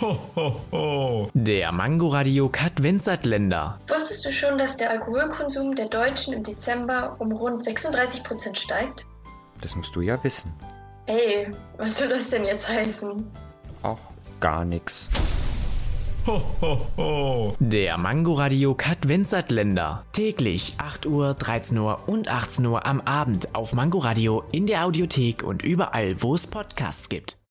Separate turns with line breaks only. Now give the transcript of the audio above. Ho, ho, ho. Der Mangoradio Katwenzert Länder.
Wusstest du schon, dass der Alkoholkonsum der Deutschen im Dezember um rund 36 Prozent steigt?
Das musst du ja wissen.
Ey, was soll das denn jetzt heißen?
Auch gar nix.
Ho, ho, ho. Der Mangoradio Katwenzert Länder.
Täglich 8 Uhr, 13 Uhr und 18 Uhr am Abend auf Mangoradio in der Audiothek und überall, wo es Podcasts gibt.